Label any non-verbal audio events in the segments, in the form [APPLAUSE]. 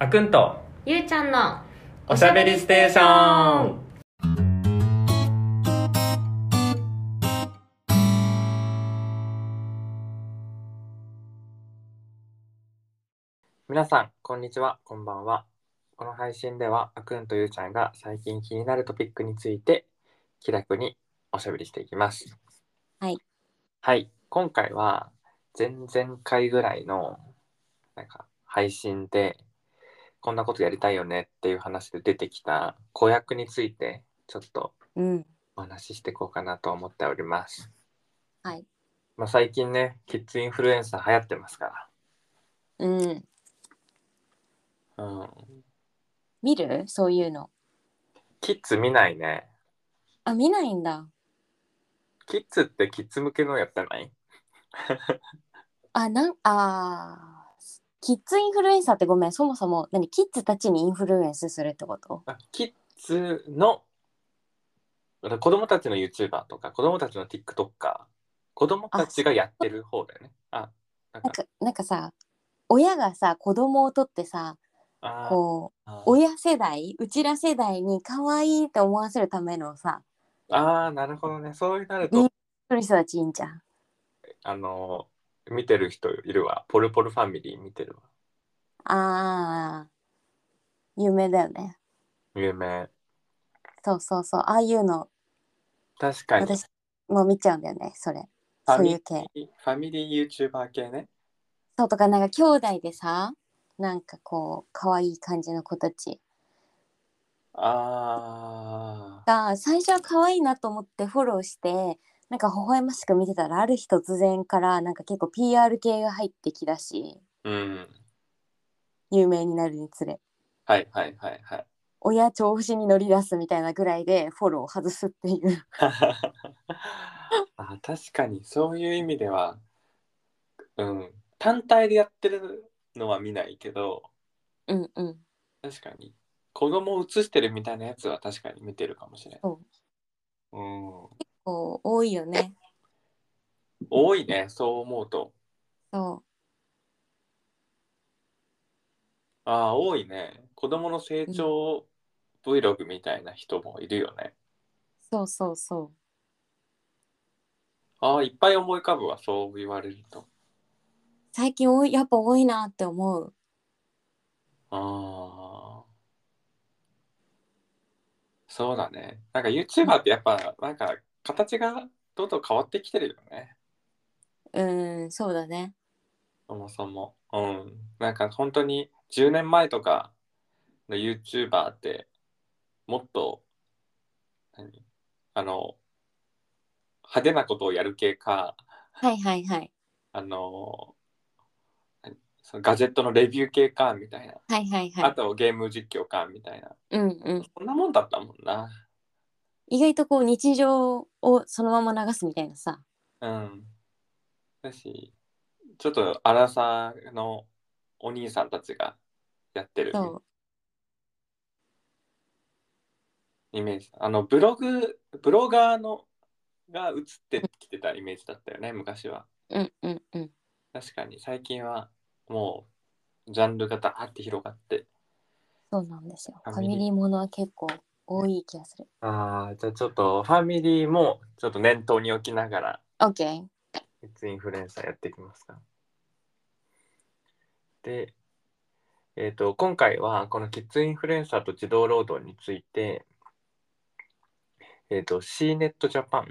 あくんとゆうちゃんのおしゃべりステーション皆さん、こんにちは、こんばんは。この配信では、あくんとゆうちゃんが最近気になるトピックについて、気楽におしゃべりしていきます。はい。はい、今回は、前々回ぐらいの、なんか、配信で、こんなことやりたいよねっていう話で出てきた公約について、ちょっとうんお話ししていこうかなと思っております。はい。まあ、最近ね、キッズインフルエンサー流行ってますかうんら。うん。見るそういうのキッズ見ないね。あ見ないんだキッズってキッズ向けのやってないあなんあーキッズインフルエンサーってごめんそもそも何キッズたちにインフルエンスするってことあキッズのだから子供たちの YouTuber とか子供たちの TikToker 子供たちがやってる方だよね。あなんなんかかなんかさ親がさ子供を取ってさあーこうあー親世代うちら世代に可愛いって思わせるためのさあーなるほどねそうなると、うんそういう人たちいいんじゃんあのー見てる人いるわポルポルファミリー見てるわあー有名だよね有名そうそうそうああいうの確かに私も見ちゃうんだよねそれファそうミいう系リーファミリー YouTuber 系ねそうとかなんか兄弟でさなんかこう可愛い感じの子たちあーが最初は可愛いなと思ってフォローしてなんか微笑ましく見てたらある日突然からなんか結構 PR 系が入ってきだしうん有名になるにつれはいはいはいはい親調子に乗り出すみたいなぐらいでフォローを外すっていうあ確かにそういう意味では、うん、単体でやってるのは見ないけどうんうん確かに子供を映してるみたいなやつは確かに見てるかもしれない。そううん、こう多いよね多いねそう思うとそああ多いね子供の成長 Vlog みたいな人もいるよね。うそうそうそああいっぱい思い浮かぶわそう言われると。う最近多いやっぱ多いなって思うああそうだねなんか YouTuber ってやっぱなんか形がどんどん変わってきてるよねうんそうだねそもそもうんなんか本当に10年前とかの YouTuber ってもっと何あの派手なことをやる系かはいはいはいあの何そのガジェットのレビュー系かみたいな、はいはいあはいとゲーム実況かみたいなうんうんそんなもんだったもんな意外とこう日常をそのまま流すみたいなさうん。だし、ちょっとアラサーのお兄さんたちがやってるそイメージ。あの、ブログ、ブロガーのが映ってきてたイメージだったよね、昔は。ううんうんうん確かに、最近はもう、ジャンルがダーって広がって。そうなんですよフファァミリーミリーものは結構多い気がするああ、じゃあちょっとファミリーもちょっと念頭に置きながら OK いつインフルエンサーやっていきますか。で、えー、と今回はこのキッズインフルエンサーと児童労働について、えー、と C ネットジャパンっ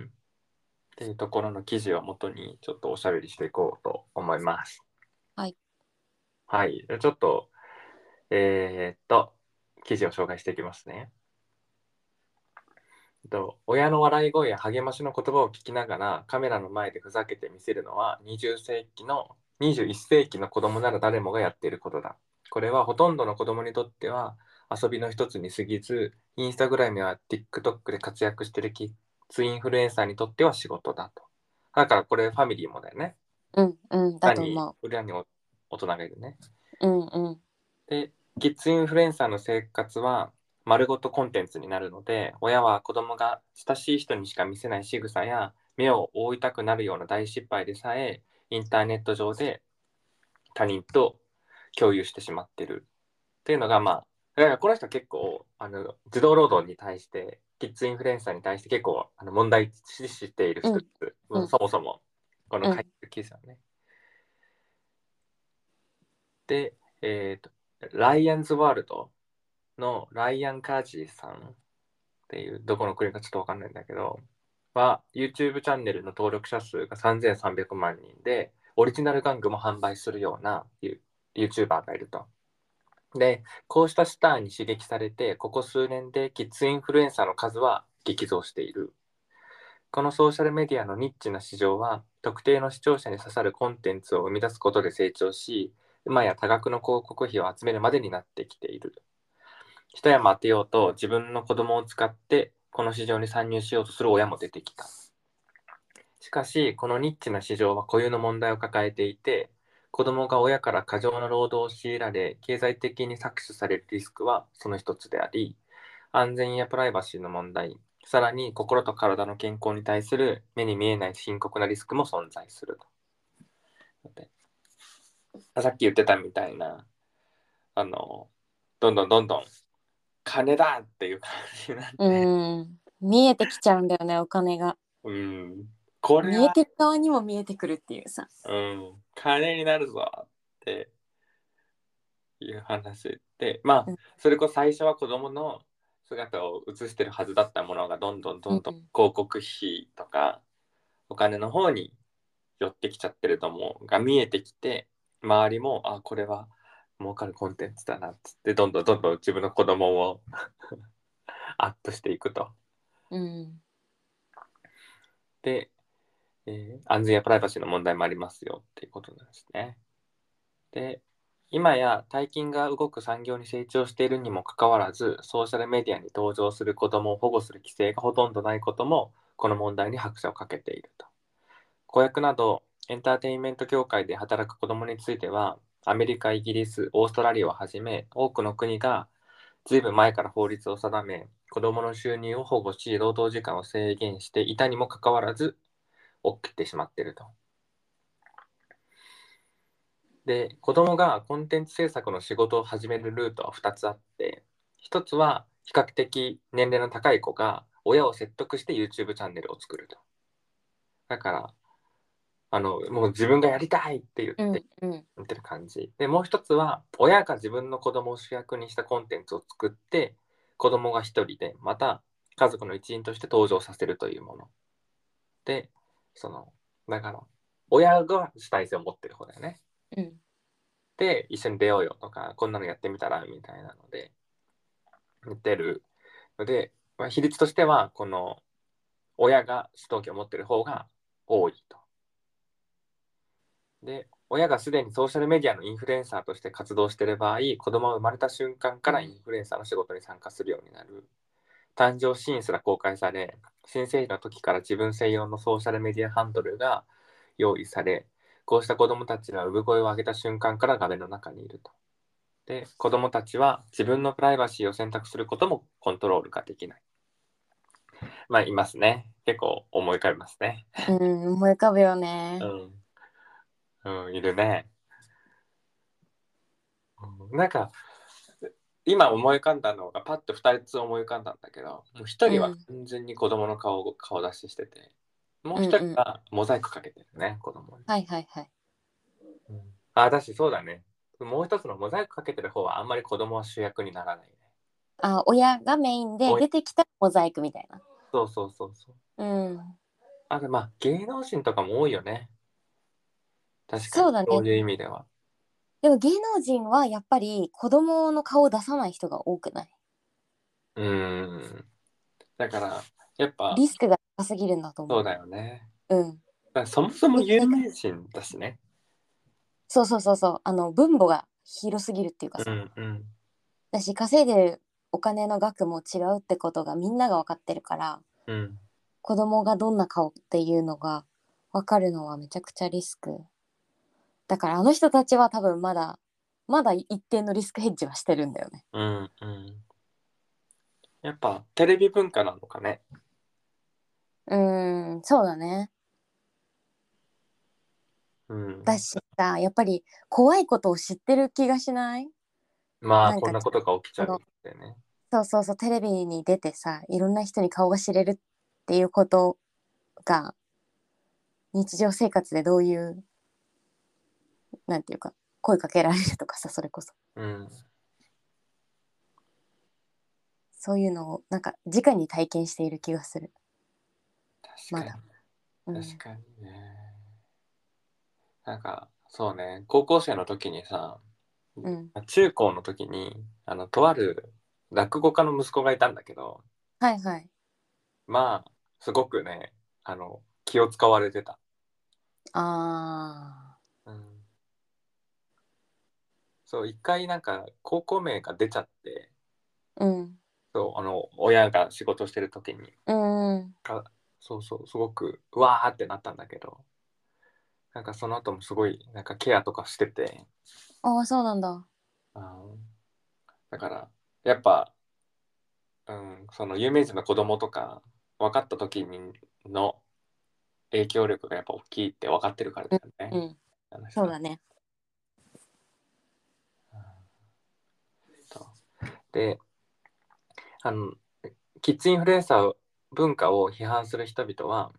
ていうところの記事をもとにちょっとおしゃべりしていこうと思います。はい。はい。じゃあちょっと、えっと、記事を紹介していきますね。えっと親の笑い声や励ましの言葉を聞きながらカメラの前でふざけて見せるのは20世紀の21世紀の子供なら誰もがやっていることだ。これはほとんどの子供にとっては遊びの一つに過ぎず、インスタグラムや TikTok で活躍しているキッズインフルエンサーにとっては仕事だと。だからこれファミリーもだよね。うんうんだと思裏にお大人がいるね。ううんうんで、キッズインフルエンサーの生活は丸ごとコンテンツになるので、親は子供が親しい人にしか見せない仕草や目を覆いたくなるような大失敗でさえ、インターネット上で他人と共有してしまってるというのが、まあ、だからこの人結構あの児童労働に対してキッズインフルエンサーに対して結構あの問題視している人です、うんうんそもそもこの解説記事はね。で、えっ、と、ライアンズワールドのライアン・カージーさんっていう、どこの国かちょっとわかんないんだけど、は YouTube チャンネルの登録者数が3300万人で、オリジナル玩具も販売するような You- YouTuber がいると。で、こうしたスターに刺激されて、ここ数年でキッズインフルエンサーの数は激増している。このソーシャルメディアのニッチな市場は、特定の視聴者に刺さるコンテンツを生み出すことで成長し、今や多額の広告費を集めるまでになってきている。一山当てようと自分の子供を使ってこの市場に参入しようとする親も出てきた。しかし、このニッチな市場は固有の問題を抱えていて、子供が親から過剰な労働を強いられ、経済的に搾取されるリスクはその一つであり、安全やプライバシーの問題、さらに心と体の健康に対する目に見えない深刻なリスクも存在すると。でさっき言ってたみたいな、あの、どんどんどんどん、金だっていう感じになって、うん見えてきちゃうんだよねお金がうん、これ見えは、てる側にも見えてくるっていうさうん、金になるぞっていう話で、まあうん、それこそ最初は子供の姿を映してるはずだったものがどんどんどんどんうんうん広告費とかお金の方に寄ってきちゃってると思うが見えてきて周りもあこれは儲かるコンテンツだなっつってどんどんどんどん自分の子供を [LAUGHS] アップしていくと。うんで、えー安全やプライバシーの問題もありますよっていうことなんですね。で、今や大金が動く産業に成長しているにもかかわらず、ソーシャルメディアに登場する子どもを保護する規制がほとんどないことも、この問題に拍車をかけていると。子役など、エンターテインメント業界で働く子どもについては、アメリカ、イギリス、オーストラリアをはじめ、多くの国がずいぶん前から法律を定め、子どもの収入を保護し、労働時間を制限していたにもかかわらず、起きてしまっていると。で、子どもがコンテンツ制作の仕事を始めるルートは2つあって、1つは比較的年齢の高い子が親を説得して YouTube チャンネルを作ると。だから、あの、もう自分がやりたいって言って、うんうんみたいな感じ。で、もう一つは、親が自分の子供を主役にしたコンテンツを作って、子供が一人で、また家族の一員として登場させるというもの。で、その、だから、親が主体性を持ってる方だよね。うんで、一緒に出ようよとか、こんなのやってみたら、みたいなので、出る。ので、まあ、比率としては、この、親が主導権を持ってる方が多いと。で、親がすでにソーシャルメディアのインフルエンサーとして活動している場合、子供が生まれた瞬間からインフルエンサーの仕事に参加するようになる。誕生シーンすら公開され、新生児の時から自分専用のソーシャルメディアハンドルが用意され、こうした子供たちは産声を上げた瞬間から画面の中にいると。で、子供たちは自分のプライバシーを選択することもコントロールができない。まあ、いますね。結構思い浮かびますね。うん、思い浮かぶよね。うん、うん、いるね。うんなんか今思い浮かんだのがパッと2つ思い浮かんだんだけどもう1人は完全に子供の顔を顔出ししててもう1人はモザイクかけてるね、子供に。はいはいはい。うんあだしそうだねもう一つのモザイクかけてる方はあんまり子供は主役にならないね。あ、親がメインでおい出てきたモザイクみたいな。そうそうそうそう。うん。あとまあ芸能人とかも多いよね。確かにそうだねそういう意味では。でも芸能人はやっぱり子供の顔を出さない人が多くない。うん。だからやっぱリスクが高すぎるんだと思そうう。だよね。うん。だからそもそも有名人だしね。そうそうそうそう。あの分母が広すぎるっていうかうさ。んうん。だし稼いでるお金の額も違うってことがみんなが分かってるから、うん。子供がどんな顔っていうのが分かるのはめちゃくちゃリスク。だからあの人たちは多分まだまだ一定のリスクヘッジはしてるんだよね。うんうん。やっぱテレビ文化なのかね。うーん、そうだね。うん。だしさ、やっぱり怖いことを知ってる気がしないまあなんかこんなことが起きちゃうんだよね。そうそうそうテレビに出てさいろんな人に顔が知れるっていうことが日常生活でどういうなんていうか声かけられるとかさそれこそうん、そういうのをなんか直に体験している気がする。ま確かだうんに、確かにね。なんかそうね高校生の時にさうん、中高の時にあのとある落語家の息子がいたんだけどはいはい。まあすごくねあの気を使われてた。あうんそう一回なんか高校名が出ちゃってーうんそうあの親が仕事してる時にうんかそうそうすごくうわーってなったんだけどなんかその後もすごいなんかケアとかしててああそうなんだ。あーだからやっぱ、うん、その有名人の子供とか分かった時にの影響力がやっぱ大きいって分かってるからだよね。うんあの人そうだね。そうであのキッズインフルエンサー文化を批判する人々は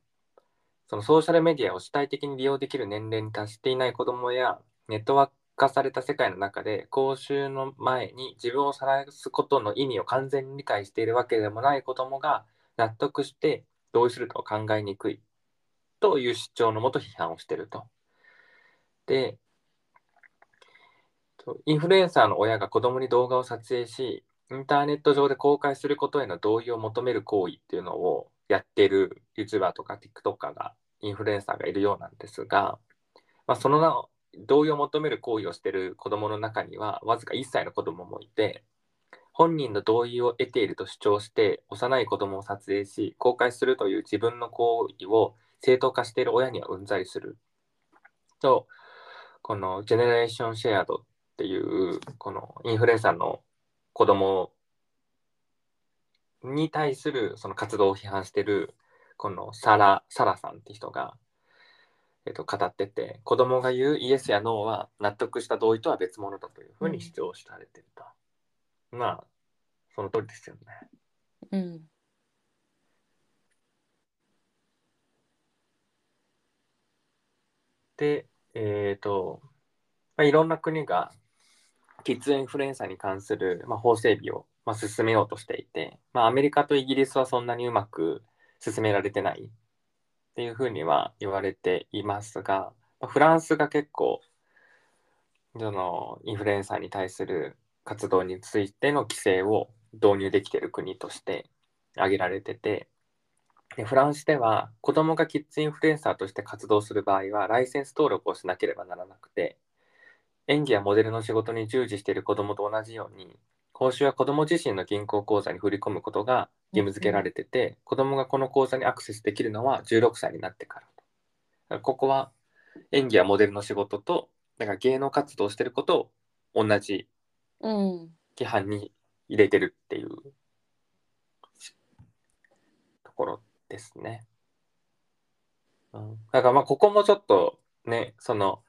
そのソーシャルメディアを主体的に利用できる年齢に達していない子どもやネットワーク化された世界の中で公衆の前に自分を晒すことの意味を完全に理解しているわけでもない子どもが納得して同意するとは考えにくいという主張のもと批判をしていると。でとインフルエンサーの親が子供に動画を撮影し、インターネット上で公開することへの同意を求める行為っていうのをやってる YouTuber とか TikToker が、インフルエンサーがいるようなんですが、まあ、そのな同意を求める行為をしてる子供の中には、わずか1歳の子供もいて、本人の同意を得ていると主張して、幼い子供を撮影し、公開するという自分の行為を正当化している親にはうんざりする。と、このジェネレーションシェアドっていうこのインフルエンサーの子供に対するその活動を批判してるこのサラサラさんって人が、えっと、語ってて子供が言うイエスやノーは納得した同意とは別物だというふうに主張されてると、まあその通りですよねうんでえっ、と、まあ、いろんな国がキッズインフルエンサーに関する、まあ、法整備を、まあ、進めようとしていて、まあ、アメリカとイギリスはそんなにうまく進められてないっていうふうには言われていますが、まあ、フランスが結構そのインフルエンサーに対する活動についての規制を導入できている国として挙げられててでフランスでは子どもがキッズインフルエンサーとして活動する場合はライセンス登録をしなければならなくて演技やモデルの仕事に従事している子どもと同じように報酬は子ども自身の銀行口座に振り込むことが義務付けられてて、子どもがこの口座にアクセスできるのは16歳になってからだからここは演技やモデルの仕事とだから芸能活動をしていることを同じうん規範に入れてるっていうところですね。うん、だからまあここもちょっとねその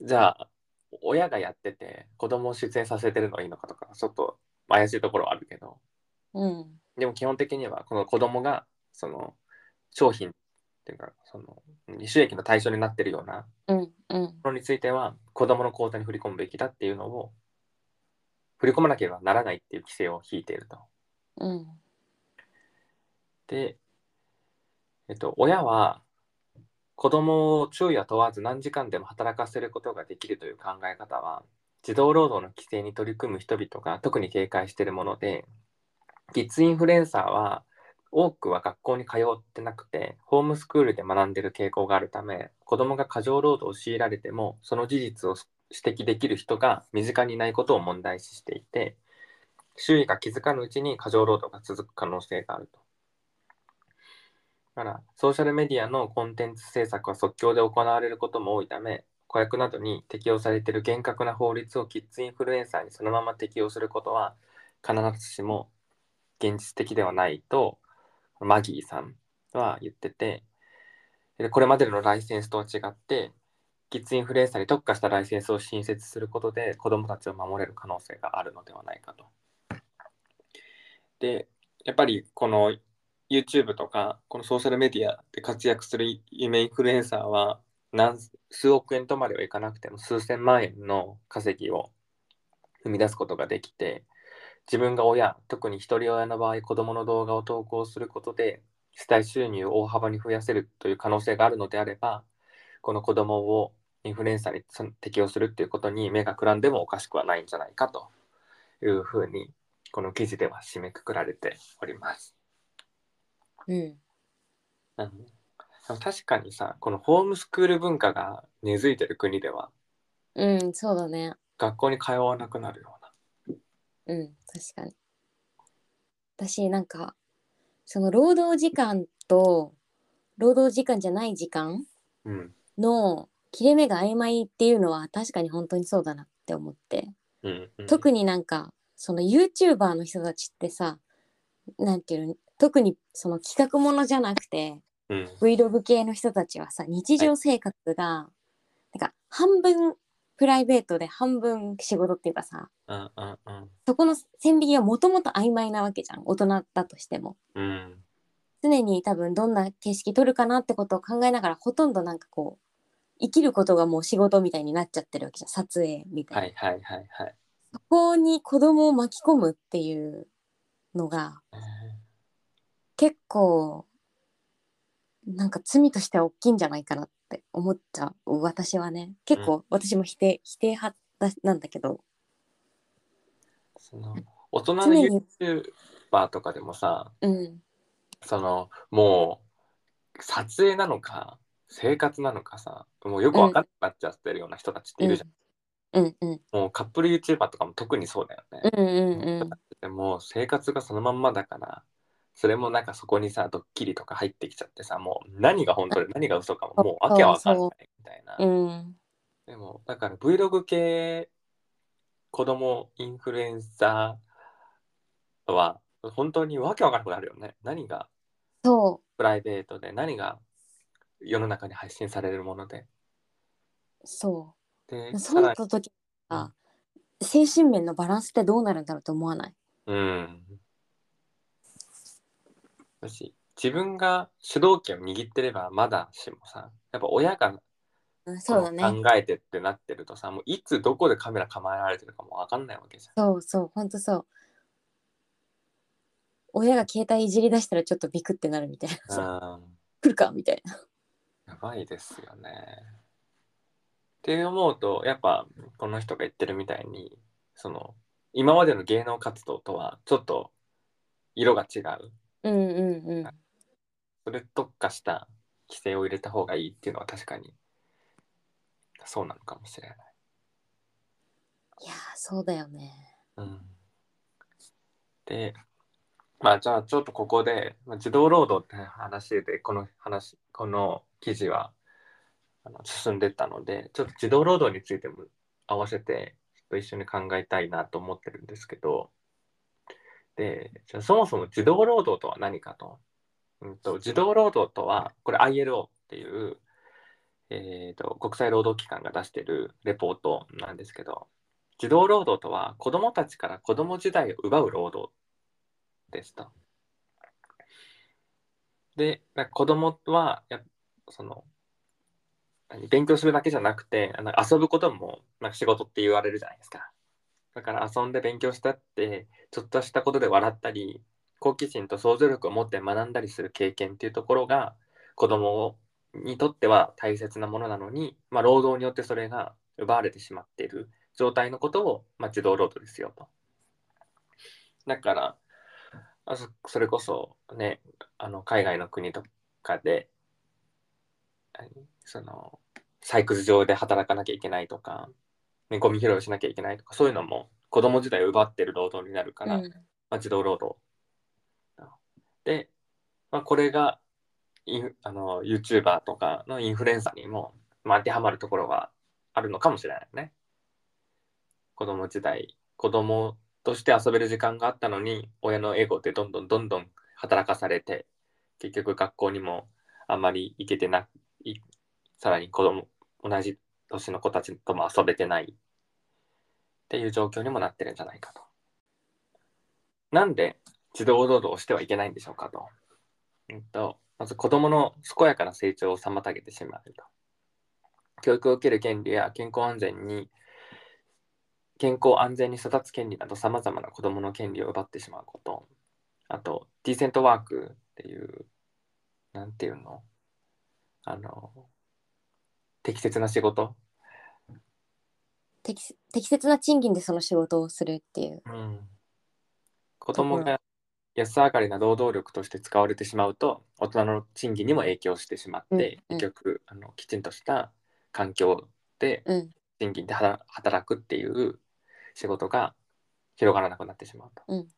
じゃあ親がやってて子供を出演させてるのがいいのかとかちょっと怪しいところはあるけどうんでも基本的にはこの子供がその商品っていうかその収益の対象になってるようなうんうんものについては子供の口座に振り込むべきだっていうのを振り込まなければならないっていう規制を引いていると。うんで、えっと、親は子供を昼夜問わず何時間でも働かせることができるという考え方は児童労働の規制に取り組む人々が特に警戒しているものでキッズインフルエンサーは多くは学校に通ってなくてホームスクールで学んでいる傾向があるため子供が過剰労働を強いられてもその事実を指摘できる人が身近にいないことを問題視していて周囲が気づかぬうちに過剰労働が続く可能性があると。だからソーシャルメディアのコンテンツ制作は即興で行われることも多いため子役などに適用されている厳格な法律をキッズインフルエンサーにそのまま適用することは必ずしも現実的ではないとマギーさんは言っててでこれまでのライセンスとは違ってキッズインフルエンサーに特化したライセンスを新設することで子どもたちを守れる可能性があるのではないかと。でやっぱりこの YouTube とかこのソーシャルメディアで活躍する夢インフルエンサーは何数億円とまではいかなくても数千万円の稼ぎを生み出すことができて自分が親特にひとり親の場合子どもの動画を投稿することで世帯収入を大幅に増やせるという可能性があるのであればこの子どもをインフルエンサーにそ適用するっていうことに目がくらんでもおかしくはないんじゃないかというふうにこの記事では締めくくられております。うん。うん確かにさこのホームスクール文化が根付いてる国ではうん、そうだね。学校に通わなくなるような。うん、確かに。私、なんか、その労働時間と、労働時間じゃない時間うんの切れ目が曖昧っていうのは確かに本当にそうだなって思って。うんうん、特になんかその YouTuber の人たちってさなんていうの特にその企画ものじゃなくてうん、 Vlog 系の人たちはさ日常生活が、なんか半分プライベートで半分仕事っていうかさうんうんうんそこの線引きがもともと曖昧なわけじゃん大人だとしても。うん常に多分どんな景色撮るかなってことを考えながらほとんどなんかこう生きることがもう仕事みたいになっちゃってるわけじゃん撮影みたいな。はいはいはいはい。そこに子供を巻き込むっていうのが結構なんか罪としては大きいんじゃないかなって思っちゃう私はね結構私も否定、否定派だなんだけどその大人常のに YouTuber とかでもさうんそのもう撮影なのか生活なのかさもうよく分かんなくなっちゃってるような人たちっているじゃん、うんうんもうカップル YouTuber とかも特にそうだよね。うんうんうんでも生活がそのまんまだからそれもなんかそこにさドッキリとか入ってきちゃってさもう何が本 [LAUGHS] 当で何が嘘かももう訳わかんないみたいな、うんでもだから Vlog 系子供インフルエンサーは本当に訳わかんなくなるよね何がそプライベートで何が世の中に配信されるものでうそでうそうなった時さ精神面のバランスってどうなるんだろうと思わないうん。だし自分が主導権を握ってればまだしもさやっぱ親がうんそうこだうね考えてってなってるとさもういつどこでカメラ構えられてるかもわかんないわけじゃん。そうそうほんとそう親が携帯いじり出したらちょっとビクってなるみたいなさうん、来るかみたいなやばいですよね。って思うとやっぱこの人が言ってるみたいにその今までの芸能活動とはちょっと色が違ううんうんうんそれ特化した規制を入れた方がいいっていうのは確かにそうなのかもしれない。いやーそうだよね。うん、で、まあ、じゃあちょっとここで、まあ、児童労働って話でこの話この記事はあの進んでったのでちょっと児童労働についても合わせてちょっと一緒に考えたいなと思ってるんですけどでじゃあそもそも児童労働とは何かと,、うん、と児童労働とはこれ ILO っていう、えー、と国際労働機関が出してるレポートなんですけど児童労働とは子どもたちから子ども時代を奪う労働ですと。でなんか子どもはやその何勉強するだけじゃなくてあの遊ぶこともなんか仕事って言われるじゃないですか。だから遊んで勉強したってちょっとしたことで笑ったり好奇心と想像力を持って学んだりする経験っていうところが子どもにとっては大切なものなのに、まあ、労働によってそれが奪われてしまっている状態のことを、まあ、自動労働ですよと。だからあそそれこそねあの海外の国とかで何その採掘場で働かなきゃいけないとか、ね、ゴミ拾いをしなきゃいけないとかそういうのも子供自体を奪ってる労働になるから、うんまあ、児童労働。で、まあ、これがインフあの YouTuber とかのインフルエンサーにも、まあ、当てはまるところがあるのかもしれないね。子供時代、子供として遊べる時間があったのに、親のエゴでどんどんどんどん働かされて、結局学校にもあんまり行けてない、さらに子供、同じ年の子たちとも遊べてないっていう状況にもなってるんじゃないかと。なんで児童労働をしてはいけないんでしょうかと。うんとまず子どもの健やかな成長を妨げてしまうと。教育を受ける権利や健康安全に健康安全に育つ権利などさまざまな子どもの権利を奪ってしまうことあとディーセントワークっていうなんていうのあの適切な仕事、適切適切な賃金でその仕事をするっていううん、子どもが安上がりな労働力として使われてしまうと大人の賃金にも影響してしまって、うんうん結局あのきちんとした環境でうん賃金で働働くっていう仕事が広がらなくなってしまうと、うん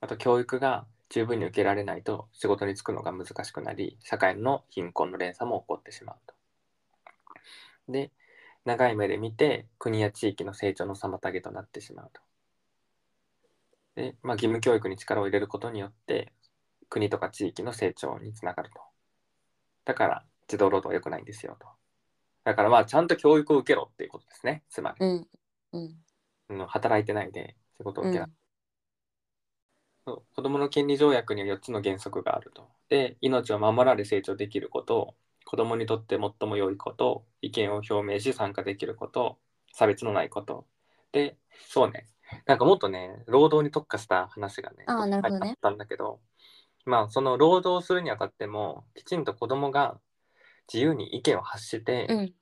あと教育が十分に受けられないと仕事に就くのが難しくなり社会の貧困の連鎖も起こってしまうとで長い目で見て国や地域の成長の妨げとなってしまうとで、まあ、義務教育に力を入れることによって国とか地域の成長につながるとだから児童労働は良くないんですよとだからまあちゃんと教育を受けろっていうことですねつまりうんうんうん働いてないで仕事をう受けんなそう子どもの権利条約には4つの原則があると。で命を守られ成長できること子どもにとって最も良いこと意見を表明し参加できること差別のないことでそうねなんかもっとね労働に特化した話がねあーなるほどねあったんだけどまあその労働するにあたってもきちんと子どもが自由に意見を発して、うん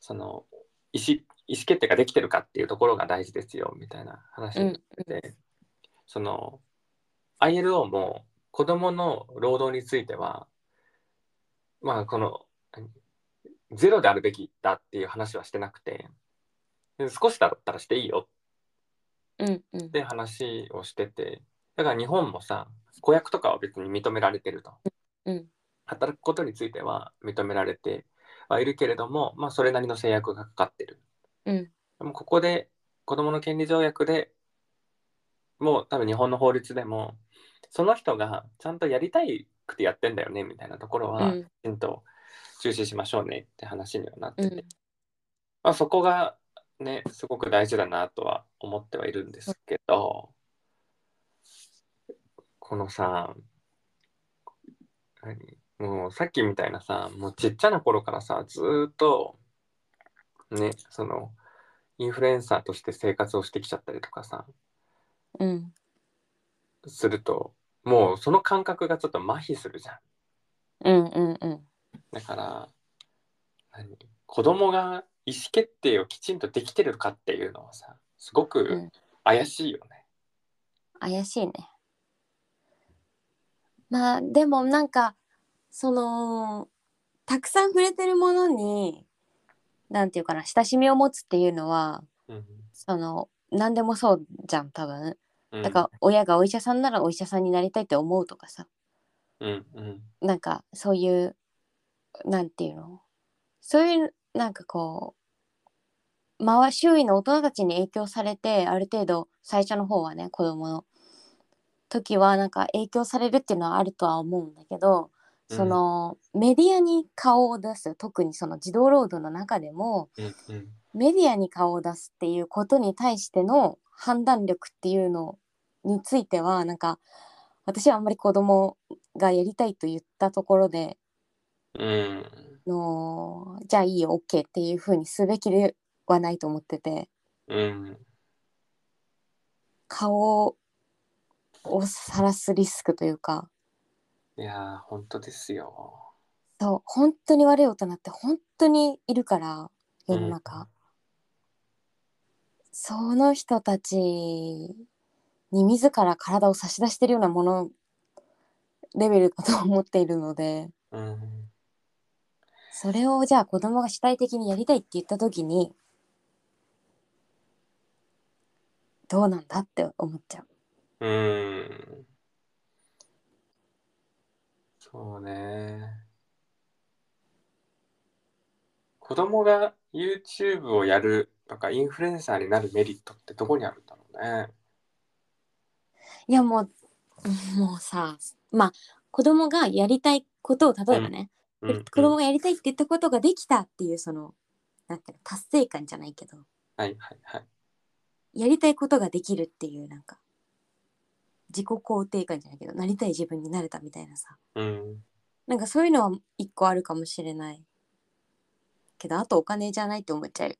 その意思意思決定ができてるかっていうところが大事ですよみたいな話うになっんて、その ILO も子どもの労働についてはまあこの何ゼロであるべきだっていう話はしてなくてで少しだったらしていいようんうんって話をしててだから日本もさ子役とかは別に認められてると、うん働くことについては認められてはいるけれども、まあ、それなりの制約がかかってるうんでもここで子どもの権利条約でもう多分日本の法律でもその人がちゃんとやりたいくてやってんだよねみたいなところうはきんちんと中止しましょうねって話にはなっうてて、んまあ、そこがねすごく大事だなとは思ってはいるんですけど、このさ何もうさっきみたいなさもうちっちゃな頃からさずーっとねそのインフルエンサーとして生活をしてきちゃったりとかさうんするともうその感覚がちょっと麻痺するじゃん。うんうんうんだから何子供が意思決定をきちんとできてるかっていうのはさすごうんく怪しいよね。怪しいねまあでもなんかそのたくさん触れてるものになんていうかな親しみを持つっていうのはうんその何でもそうじゃん多分うんだから親がお医者さんならお医者さんになりたいって思うとかさうんうんなんかそういうなんていうのそういうなんかこう周周囲の大人たちに影響されてある程度最初の方はね子供の時はなんか影響されるっていうのはあるとは思うんだけどその、メディアに顔を出す特にその児童労働の中でもうんうんメディアに顔を出すっていうことに対しての判断力っていうのについてはなんか私はあんまり子供がやりたいと言ったところでうんのじゃあいいよ OK っていうふうにすべきではないと思っててうん顔を晒すリスクというかいやー本当ですよ。そう本当に悪い大人って本当にいるから世の中、うその人たちに自ら体を差し出してるようなものレベルだと思っているのでうんそれをじゃあ子供が主体的にやりたいって言った時にどうなんだって思っちゃう。うんそうね。子供が YouTube をやるとかインフルエンサーになるメリットってどこにあるんだろうね。いやもうもうさまあ子供がやりたいことを例えばうんね、子供がやりたいって言ったことができたっていうそのなんていうの達成感じゃないけどはいはいはい。やりたいことができるっていうなんか自己肯定感じゃないけどなりたい自分になれたみたいなさうん。なんかそういうのは一個あるかもしれないけどあとお金じゃないって思っちゃう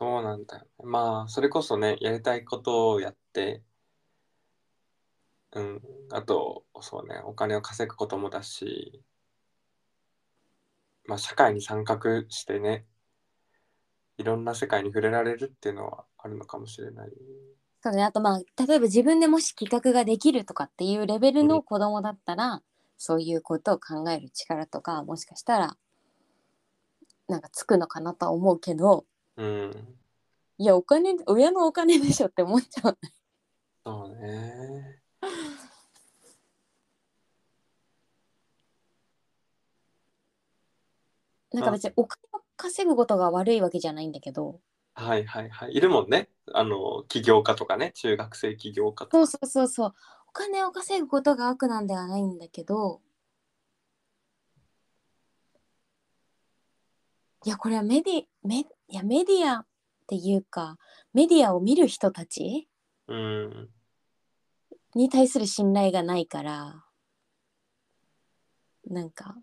そうなんだよね。まあ、それこそね、やりたいことをやって、うん。あと、そうね、お金を稼ぐこともだし、まあ、社会に参画してね、いろんな世界に触れられるっていうのはあるのかもしれない。そうねあとまあ例えば自分でもし企画ができるとかっていうレベルの子供だったら、そういうことを考える力とかもしかしたらなんかつくのかなとは思うけどうん。いやお金親のお金でしょって思っちゃうそうね。なんか別にお金を稼ぐことが悪いわけじゃないんだけどはいはいはい。いるもんね。あの、起業家とかね、中学生起業家とか。そうそうそうそうお金を稼ぐことが悪なんではないんだけどいやこれはメディメいやメディアっていうかメディアを見る人たちうん。に対する信頼がないからなんか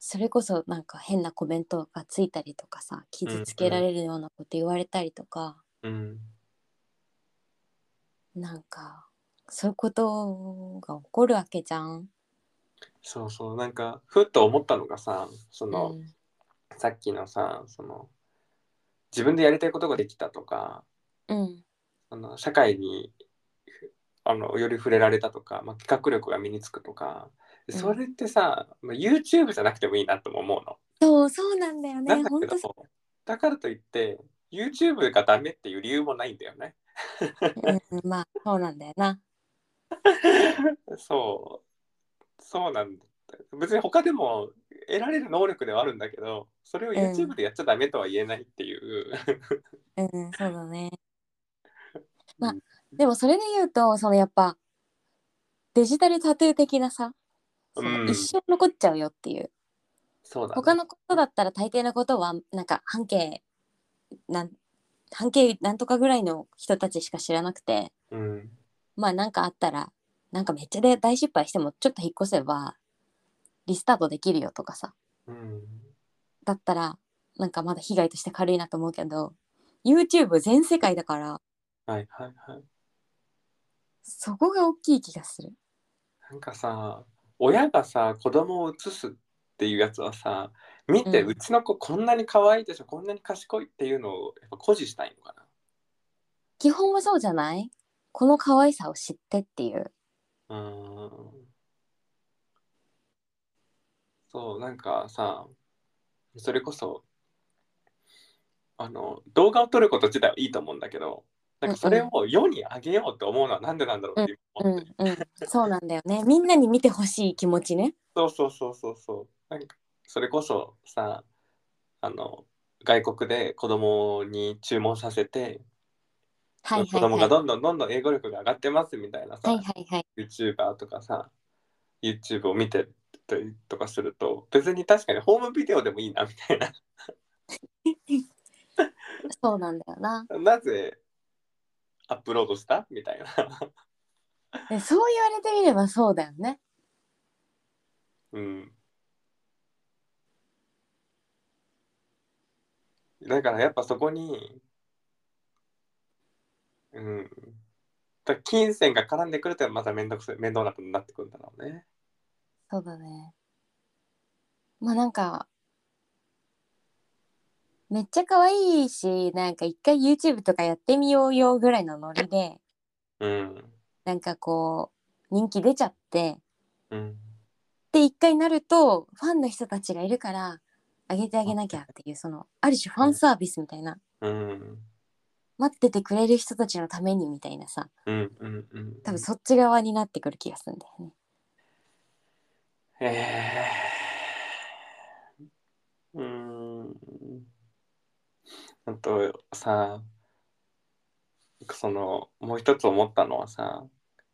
それこそなんか変なコメントがついたりとかさ傷つけられるようなこと言われたりとか、うん。なんかそういうことが起こるわけじゃん。そうそう。なんか、ふっと思ったのがさ、その、うんさっきのさ、その、自分でやりたいことができたとか、うんあの社会にふあのより触れられたとか、まあ、企画力が身につくとか、うんそれってさ、まあ、YouTube じゃなくてもいいなとも思うの。そうそうなんだよね。 [LAUGHS] なんだ本け当どそ、だからといって、YouTube がダメっていう理由もないんだよね。う、うん、まあそうなんだよな。そう、そうなんだ。別に他でも得られる能力ではあるんだけど、それをん YouTube でやっちゃダメとは言えないっていう。うんそう [LAUGHS] だね。うまあんでもそれで言うとそのやっぱデジタルタトゥー的なさそのうん一生残っちゃうよっていう、そうだね。他のことだったら大抵のことはなんか半径なん半径なんとかぐらいの人たちしか知らなくてうん。まあなんかあったらなんかめっちゃで大失敗してもちょっと引っ越せばリスタートできるよとかさうん。だったらなんかまだ被害として軽いなと思うけど YouTube 全世界だからはいはいはい。そこが大きい気がする。なんかさ、親がさ、子供を移すっていうやつはさ、見て、うんうちの子こんなに可愛いでしょ、こんなに賢いっていうのをやっぱ誇示したいのか基本はそうじゃないこの可愛さを知ってっていう。な。うん。そう、なんかさ、それこそ、あの、動画を撮ること自体はいいと思うんだけど、なんかそれを世にあげようと思うのはなんでなんだろうってう今ん思って。うん、そうなんだよね。みんなに見てほしい気持ちね。そうそうそうそうそう。なんかそれこそさ、あの外国で子供に注文させて、はい子はいは供がい。どんどんどんどん英語力が上がってますみたいなさ、はいはいはい。 YouTuber とかさ、YouTube を見てたりとかすると、別に確かにホームビデオでもいいなみたいな。 [LAUGHS] そうなんだよな。なぜアップロードしたみたいな。でそう言われてみればそうだよね。うん。だからやっぱそこに、うん。だから金銭が絡んでくるとまた面倒くさい面倒なことになってくるんだろうね。そうだね。まあなんかめっちゃ可愛いしなんか一回 YouTube とかやってみようよぐらいのノリでうん。なんかこう人気出ちゃってうん。で一回なるとファンの人たちがいるからあげてあげなきゃっていうそのある種ファンサービスみたいなうん。待っててくれる人たちのためにみたいなさうん。うん。うん。多分そっち側になってくる気がするんだよね。えー、うーん。あとさ、その、もう一つ思ったのはさ、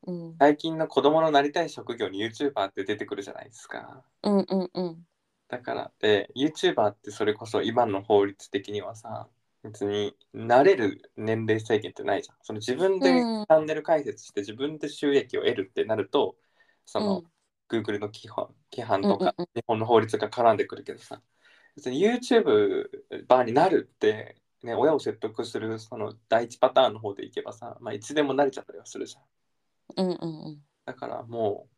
うん、最近の子供のなりたい職業に YouTuber って出てくるじゃないですか。うんうんうんだからで YouTuber ってそれこそ今の法律的にはさ別に慣れる年齢制限ってないじゃんその自分でチうんャンネル開設して自分で収益を得るってなるとその、うん Google の規範規範とかうんうん日本の法律が絡んでくるけどさ別に YouTuber になるって、ね、親を説得するその第一パターンの方でいけばさ、まあ、いつでも慣れちゃったりはするじゃんうんうんうんだからも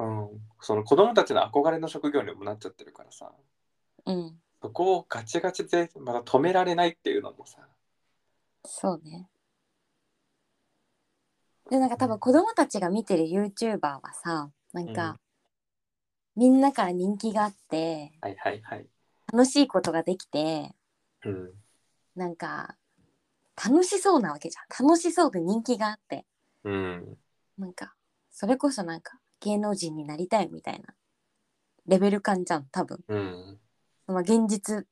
う、うん、その子供たちの憧れの職業にもなっちゃってるからさうんそこをガチガチでまだ止められないっていうのもさそうねでなんか多分子供たちが見てる YouTuber はさなんか、みんなから人気があってはいはいはい、楽しいことができてうん、なんか楽しそうなわけじゃん楽しそうで人気があってうんなんかそれこそなんか芸能人になりたいみたいなレベル感じゃん多分、うんまあ、現実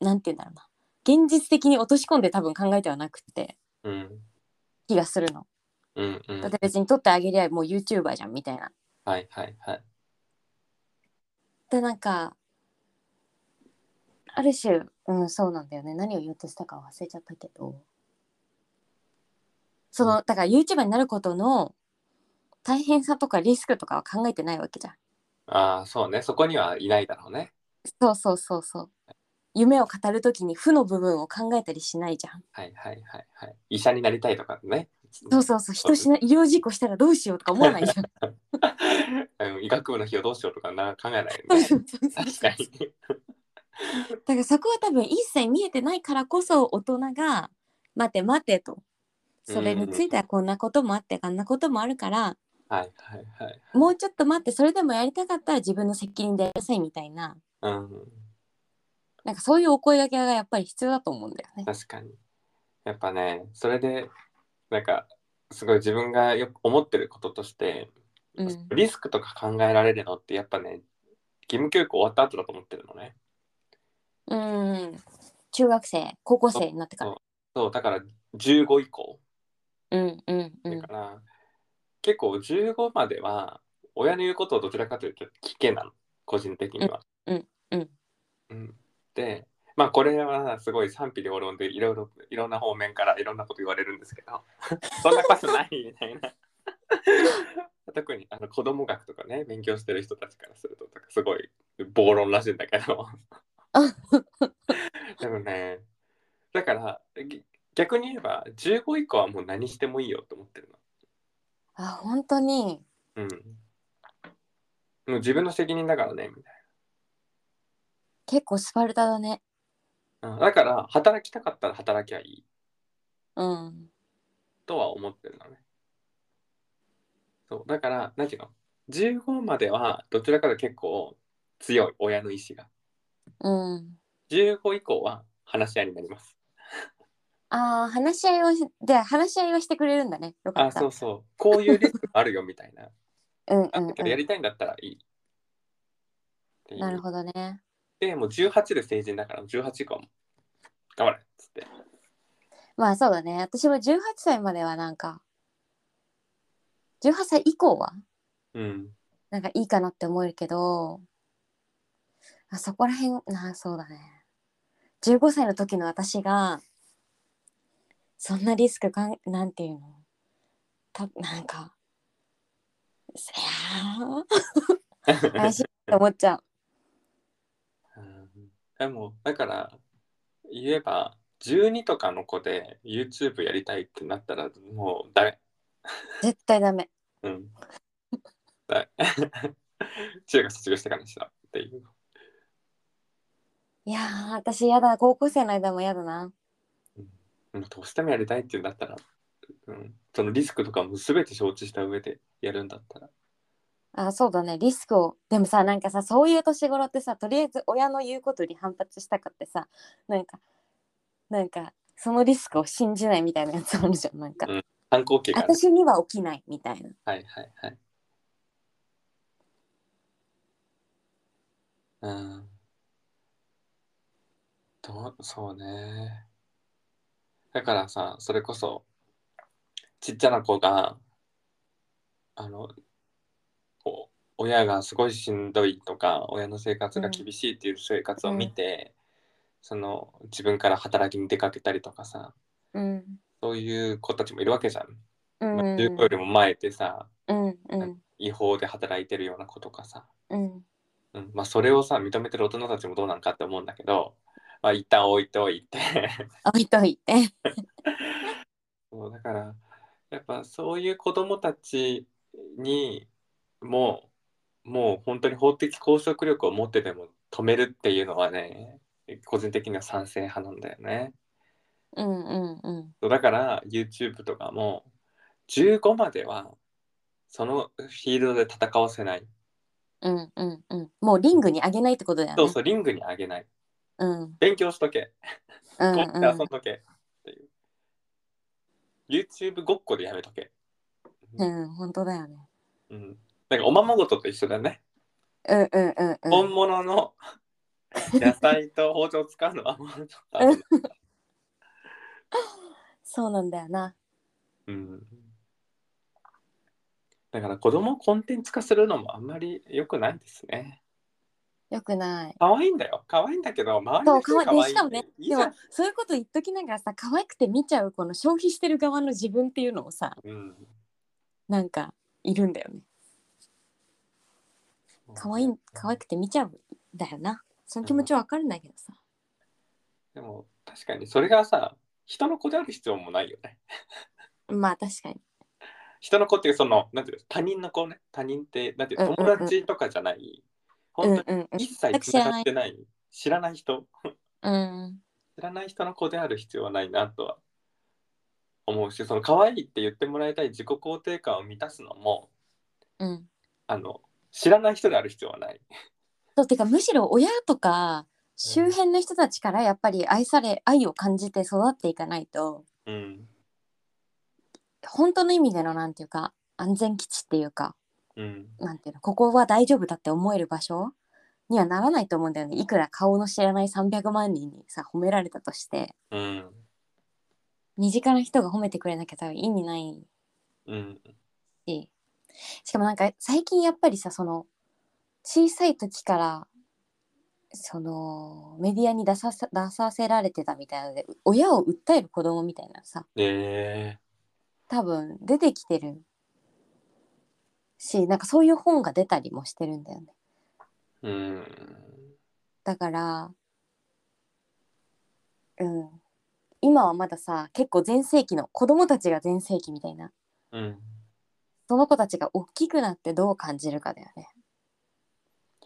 なんて言うんだろうな現実的に落とし込んで多分考えてはなくってうん気がするのうんうんだって別に撮ってあげりゃもう YouTuber じゃんみたいなはいはいはいでなんかある種うんそうなんだよね何を言おうとしたか忘れちゃったけどそのだから YouTuber になることの大変さとかリスクとかは考えてないわけじゃんああそうねそこにはいないだろうねそうそうそうそう夢を語るときに負の部分を考えたりしないじゃんはいはいはいはい医者になりたいとかねそうそうそう人死な医療事故したらどうしようとか思わないじゃん [LAUGHS] うん医学部の費用どうしようとかな考えないよそうねそうそうそう確かにだからそこは多分一切見えてないからこそ大人が「待て待て」とそれについてはこんなこともあってあんなこともあるからはいはいはいもうちょっと待ってそれでもやりたかったら自分の責任でやりなさいみたいなうんなんかそういうお声がけがやっぱり必要だと思うんだよね。確かにやっぱねそれでなんかすごい自分がよく思ってることとして、うんリスクとか考えられるのってやっぱね義務教育終わった後だと思ってるのねうん中学生高校生になってから。そうだから15以降うんうんうだんから、結構15までは親の言うことをどちらかというと聞けなの個人的には。うんうんうんでまあこれはすごい賛否両論でいろいろいろんな方面からいろんなこと言われるんですけど [LAUGHS] そんなことないみたいな。 [LAUGHS] 特にあの子供学とかね勉強してる人たちからするとなんかすごい暴論らしいんだけどでもねだからぎ逆に言えば15以降はもう何してもいいよって思ってるの。あ本当にうん。もう自分の責任だからね、みたい結構スパルタだね。な。うんだから、働きたかったら働きゃいいうん。とは思ってるのね。そう、だから、何ていうの ?15 までは、どちらかと結構強い、親の意志が。うん。 15以降は、話し合いになります。ああ、話し合いをし、で、話し合いをしてくれるんだね。よかあ、った。そうそう。こういうリスクもあるよ、みたいな。うん [LAUGHS] うんあだけど、やうりたいんだったらいい。っていうん。なるほどね。で、もう18で成人だから、18以降も、頑張れっつって。まあそうだね。私も18歳まではなんか、18歳以降はうん。なんかいいかなって思えるけど、あそこら辺、なあ、そうだね。15歳の時の私が、そんなリスクかん、なんていうのた、なんか、いやー怪しいって思っちゃう。うんでもだから言えば12とかの子で YouTube やりたいってなったらもうダメ、絶対ダメ。うん、ダメ [LAUGHS] 中学卒業してからにしろっていういやー、私やだ。高校生の間もやだな。もうどうしてもやりたいっていうんだったら、うん、そのリスクとかも全て承知した上でやるんだったらあ、そうだね。リスクを。でもさ、なんかさ、そういう年頃ってさ、とりあえず親の言うことに反発したかってさ、なんか、なんか、そのリスクを信じないみたいなやつあるじゃん。なんかう、ん反抗期がある私には起きないみたいな。はいはいはいうんどうそうねだからさそれこそちっちゃな子があのお親がすごいしんどいとか親の生活が厳しいっていう生活を見て、その自分から働きに出かけたりとかさうんそういう子たちもいるわけじゃん。うんまあ、15よりも前でさうんうん違法で働いてるような子とかさ、うんうんまあ、それをさ認めてる大人たちもどうなんかって思うんだけど、まあ、一旦置いておいて [LAUGHS] 置いといてそうだからやっぱそういう子供たちにももう本当に法的拘束力を持ってでも止めるっていうのはね個人的には賛成派なんだよね。うんうんうんそうだから YouTube とかも15まではそのフィールドで戦わせない。うんうんうんもうリングに上げないってことだよねそうそう、リングに上げない。うんうん勉強しとけ。うこんうやって遊んどけ。っていう。YouTube ごっこでやめとけ。うん本当だよねうん。なんかおままごとと一緒だね。うんうんうんうん本物 [LAUGHS] の野菜と包丁使うのはもうちょっと危ない。そうなんだよなうん。だから子供をコンテンツ化するのもあんまり良くないですね。よくない可愛いんだよ。可愛いんだけど、周りそのう人かわがい可愛いっいでしてかもねいいじでゃもん。そういうこと言っときながらさ可愛くて見ちゃうこの消費してる側の自分っていうのをさうん。なんかいるんだよね可愛い可愛くて見ちゃうんだよなその気持ちはわかるんだけどさでも確かにそれがさ、人の子である必要もないよね。まあ確かに人の子っていうそのなんていうの他人の子ね他人ってなんていううんのうんうん友達とかじゃない、うんう本当んに一切つながってない,、知らない人うんうん知らない人の子である必要はないなとは思うしその可愛いって言ってもらいたい自己肯定感を満たすのもうんあの知らない人である必要はないそうてかむしろ親とか周辺の人たちからやっぱり愛され愛を感じて育っていかないとうん本当の意味でのなんていうか安全基地っていうかうんなんていうのここは大丈夫だって思える場所にはならないと思うんだよねいくら顔の知らない300万人にさ褒められたとしてうん身近な人が褒めてくれなきゃ多分意味ないうんししかもなんか最近やっぱりさその小さい時からそのメディアに出させ出させられてたみたいなので親を訴える子供みたいなさえ多分出てきてるしなんかそういう本が出たりもしてるんだよねー、うんだからうん今はまださ結構全盛期の子供たちが全盛期みたいなうんその子たちが大きくなってどう感じるかだよね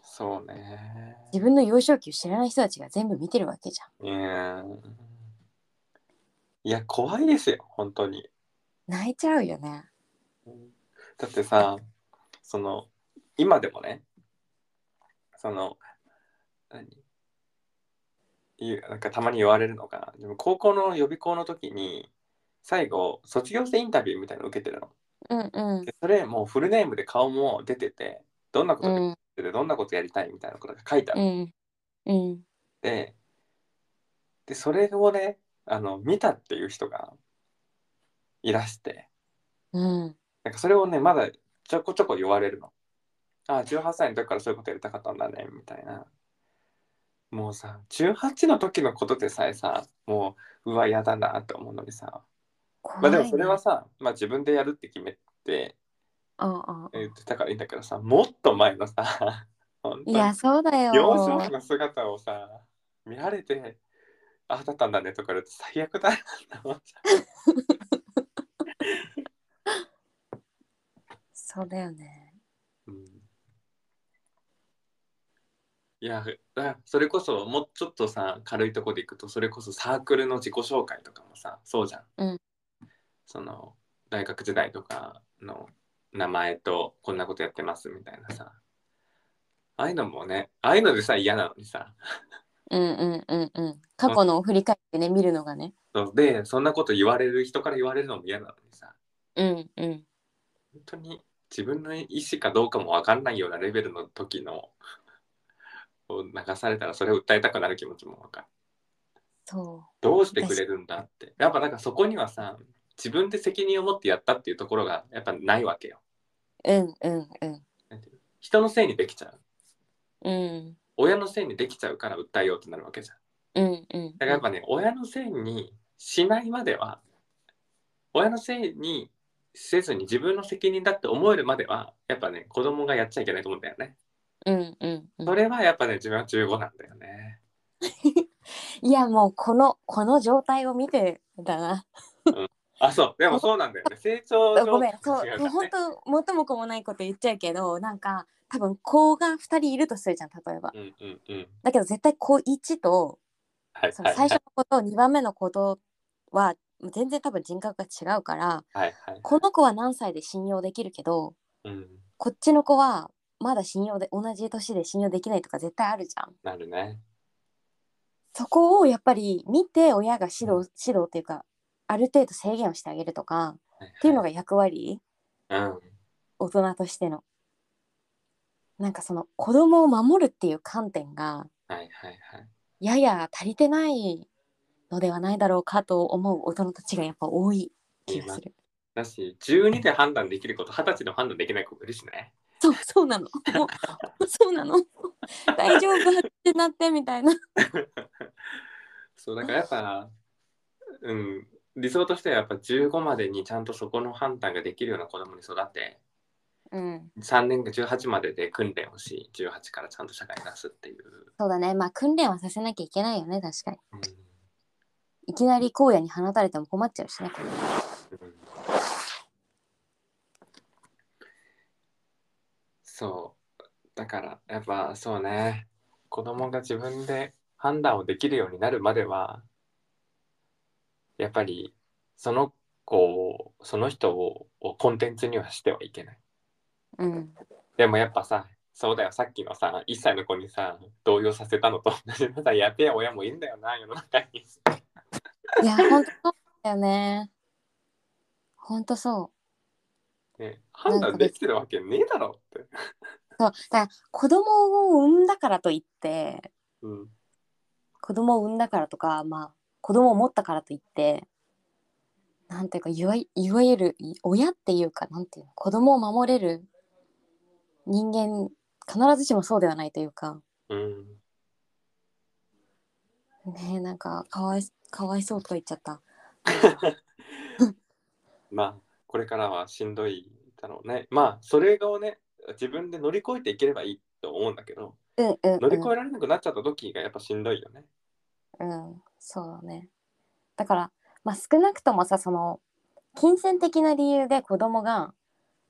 そうね自分の幼少期を知らない人たちが全部見てるわけじうんいや怖いですよ本当にゃん泣いちゃうよねだってさその今でもねその何いうなんかたまに言われるのがでも高校の予備校の時に最後卒業生インタビューみたいなの受けてるのうんうんでそれもうフルネームで顔も出ててどんなこうとやっんててどんなことやりたいみたいなことが書いてあうっんうんてでそれをねあの見たっていう人がいらしてうんなんかそれをね、まだちょこちょこ言われるの。ああ、18歳の時からそういうことやりたかったんだね、みたいな。もうさ、18の時のことでさえさ、もう、うわ、嫌だなって思うのにさ。まあでもそれは怖いねさ、まあ自分でやるって決めてああああ言ってたからいいんだけどさ、もっと前のさ、 [LAUGHS] 本当にいやそうだよ幼少期の姿をさ、見られて、ああだったんだねとか言うと最悪だなって思っちゃう。そうだよねうんいやだそれこそもうちょっとさ軽いとこでいくとそれこそサークルの自己紹介とかもさそうじゃん、うんその大学時代とかの名前とこんなことやってますみたいなさああいうのもねああいうのでさ嫌なのにさうんうんうんうん過去のを振り返ってね見るのがねそうでそんなこと言われる人から言われるのも嫌なのにさうんうん本当に自分の意思かどうかも分かんないようなレベルの時の [LAUGHS] を流されたらそれを訴えたくなる気持ちも分かる。そどうしてくれるんだってやっぱなんかそこにはさ自分で責任を持ってやったっていうところがやっぱないわけよううんうんうんなんていうの人のせいにできちゃううん親のせいにできちゃうから訴えようってなるわけじゃんうんうんだからやっぱね、親のせいにしないまでは親のせいにせずに自分の責任だって思えるまではやっぱね子供がやっちゃいけないと思うんだよねうんうんうんそれはやっぱね自分は15なんだよねいやもうこのこの状態を見てだなあそうでもそうなんだよね成長上ごめんそう違うからもうね本当元も子もないこと言っちゃうけどなんか多分子が2人いるとするじゃん例えばうんうんうんだけど絶対子1とはいそはのい最初の子と2番目の子とは全然多分人格が違うからはいはいこの子は何歳で信用できるけどうんこっちの子はまだ信用で同じ年で信用できないとか絶対あるじゃんなるねそこをやっぱり見て親が指導指導っていうかある程度制限をしてあげるとかっていうのがが役割うん大人としてのなんかその子供を守るっていう観点がはいはいはいやや足りてないのではないだろうかと思う大人たちがやっぱ多い気がする。だし12で判断できること20歳でも判断できない子がいるしねそうそう [LAUGHS] なの。もうそうなの。大丈夫ってなってみたいな。そうだからやっぱうん理想としてはやっぱ15までにちゃんとそこの判断ができるような子供に育てうん、 3年が18までで訓練をし18からちゃんと社会に出すっていう、そうだね。まあ訓練はさせなきゃいけないよね確かに。うんいきなり荒野に放たれても困っちゃうしね。うんそうだからやっぱそうね子供が自分で判断をできるようになるまではやっぱりその子をその人ををコンテンツにはしてはいけないうん。でもやっぱさそうだよさっきのさ1歳の子にさ動揺させたのと同じでさやべえ親もいいんだよな世の中にいや本当そうだよね。本当そう。ね判断できてるわけねえだろって、そうだから子供を産んだからといってうん、子供を産んだからとかまあ子供を持ったからといってなんていうかいわいいわゆるい親っていうかなんていうの子供を守れる人間必ずしもそうではないというかうんねえなんかかわいかわいそうとか言っちゃったまあこれからはしんどいだろうねまあそれをね自分で乗り越えていければいいと思うんだけどうんうん、乗り越うえられなくなっちゃった時がやっぱしんどいよね。ん、うん、そうだねだからまあ少なくともさその金銭的な理由で子供が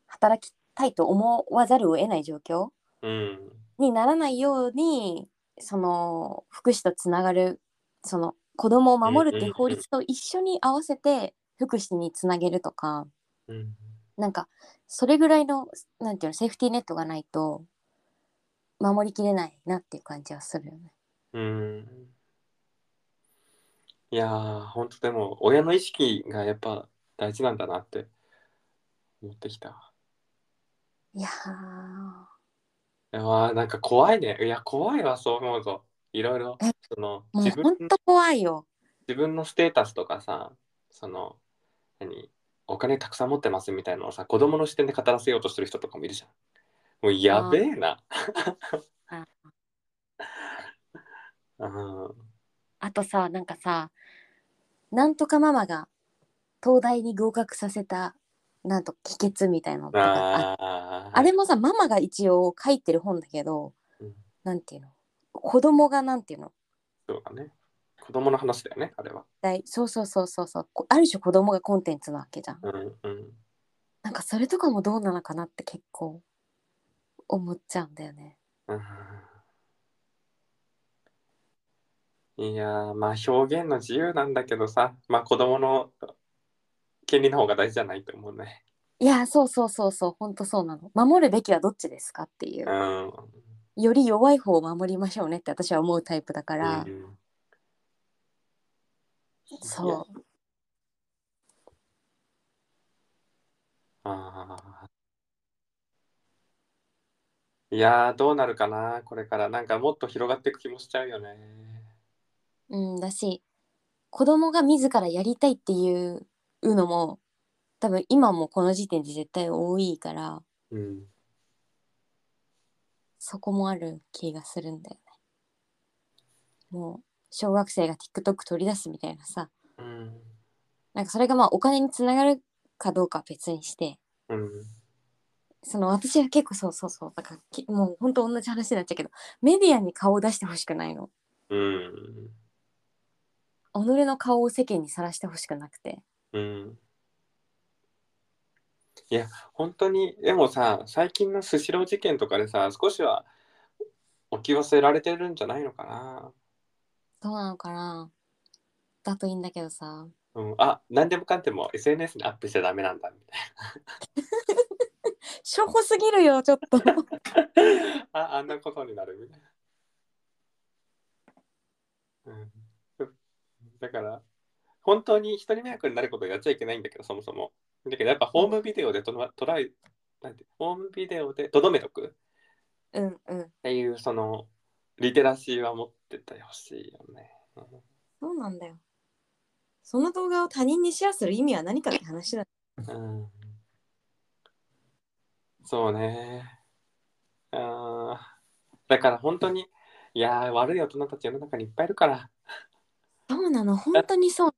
働きたいと思わざるを得ない状況うんにならないようにその福祉とつながるその子供を守るっていう法律と一緒に合わせて福祉につなげるとかうんなんかそれぐらいのなんていうのセーフティーネットがないと守りきれないなっていう感じはするよね。うんいやーほんとでも親の意識がやっぱ大事なんだなって思ってきた。いやいやーなんか怖いね。いや怖いわそう思うと。いろいろえそのーもう自分本当怖いよ。自分のステータスとかさその何お金たくさん持ってますみたいなのをさ子供の視点で語らせようとしてる人とかもいるじゃんもうやべえなあうんあとさなんかさなんとかママが東大に合格させたなんと秘訣みたいなのとかあっあーあれもさママが一応書いてる本だけど、うんなんていうの子供がなんていうのそうだね子供の話だよねあれはだいそうそうそうそうそうこある種子供がコンテンツなわけじゃんうんうんなんかそれとかもどうなのかなって結構思っちゃうんだよねうんいやーまあ表現の自由なんだけどさまあ子供の権利の方が大事じゃないと思うねいやそうそうそうそうほんとそうなの守るべきはどっちですかっていううんより弱い方を守りましょうねって私は思うタイプだから、うんいやそうあーいやーどうなるかなこれからなんかもっと広がっていく気もしちゃうよねうんだし子供が自らやりたいっていうのも多分今もこの時点で絶対多いからうんそこもある気がするんだよね。もう小学生が TikTok 取り出すみたいなさうんなんかそれがまあお金につながるかどうかは別にしてうんその私は結構そうそうそうだからきもうほんと同じ話になっちゃうけどメディアに顔を出してほしくないのうん己の顔を世間にさらしてほしくなくてうんいや本当にでもさ最近のスシロー事件とかでさ少しは置き忘れられてるんじゃないのかなどうなのかなだといいんだけどさうん、あ何でもかんでも SNS にアップしちゃダメなんだみたいしょぼすぎるよちょっとなあ [LAUGHS] あんなことになるみたいな、うん、だから本当に人に迷惑になることをやっちゃいけないんだけどそもそもだけどやっぱホームビデオでとら捉えなんてホームビデオでとどめとくっうんうんていうそのリテラシーは持っててほしいよね、うんそうなんだよその動画を他人にシェアする意味は何かって話だうんそうね。あーだから本当に、いやー、悪い大人たち世の中にいっぱいいるから、そうなの本当にそう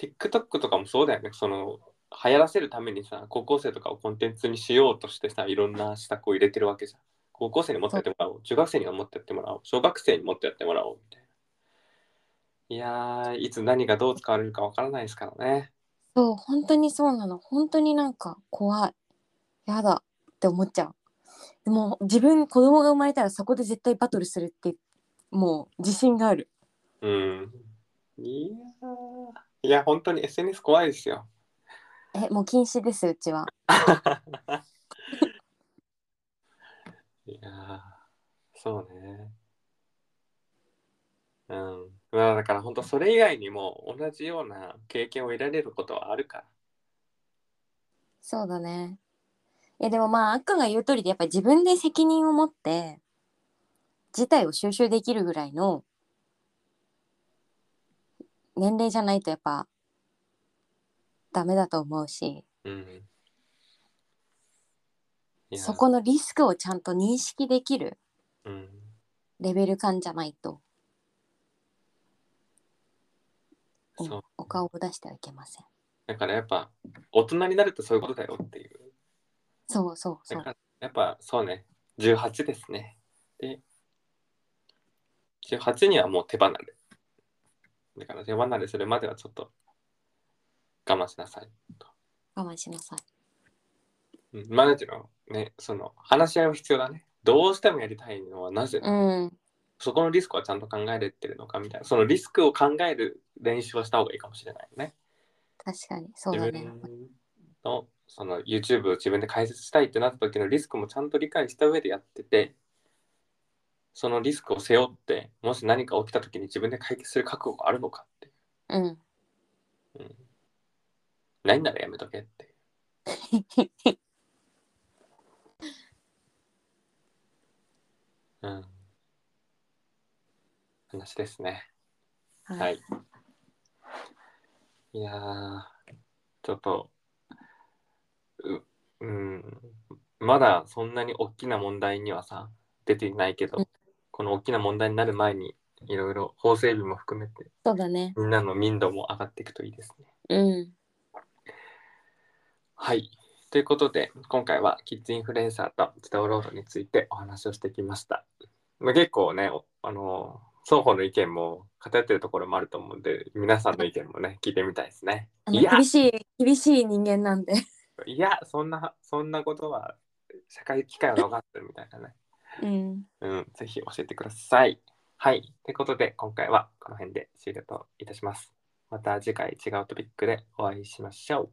TikTok とかもそうだよね。その流行らせるためにさ、高校生とかをコンテンツにしようとしてさ、いろんな施策を入れてるわけじゃん。高校生にもっとやってもらおう、中学生にはもっとやってもらおう、小学生にもっとやってもらおうみたいな。いやー、いつ何がどう使われるかわからないですからね。そう本当にそうなの本当になんか怖いやだって思っちゃうでも自分子供が生まれたらそこで絶対バトルするってもう自信があるうん。いやー、いや、本当に SNS 怖いですよ。えもう禁止ですうちはいやーそうね。うん。まあだから本当それ以外にも同じような経験を得られることはあるから。そうだねいやでもまああっくんが言う通りでやっぱり自分で責任を持って事態を収集できるぐらいの年齢じゃないとやっぱダメだと思うしうん。いやそこのリスクをちゃんと認識できるうん。レベル感じゃないと、うんそう。お顔を出してはいけませんだからやっぱ大人になるとそういうことだよっていう。そうそうそだうからやっぱそうね。18ですね。で、18にはもう手離れ。だから手離れするまではちょっと我慢しなさい。我慢しなさいうんまあなんていうのね、その話し合いは必要だね。どうしてもやりたいのはなぜ、うんそこのリスクはちゃんと考えれてるのかみたいな、そのリスクを考える練習をした方がいいかもしれないね。確かにそうだ自ね分のその YouTube を自分で解説したいってなった時のリスクもちゃんと理解した上でやってて、そのリスクを背負って、もし何か起きた時に自分で解決する覚悟があるのかって。うんうん、ないならやめとけ [LAUGHS] って。うん。話ですね。は。はいいやー、ちょっと、う、うん、まだそんなに大きな問題にはさ、出ていないけど、うんこの大きな問題になる前に、いろいろ法整備も含めて、そうだねみんなの民度も上がっていくといいですね。うんはい。ということで、今回はキッズインフルエンサーと自動労働についてお話をしてきました。まあ、結構ね、おあの双方の意見も偏ってるところもあると思うんで、皆さんの意見もね、聞いてみたいですね。あのいや、厳しい厳しい人間なんでいや、そんな、そんなことは、社会機会は逃ってるみたいなね。うんうん、ぜひ教えてください。はい。ということで、今回はこの辺で終了といたします。また次回違うトピックでお会いしましょう。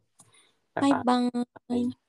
バイバイイ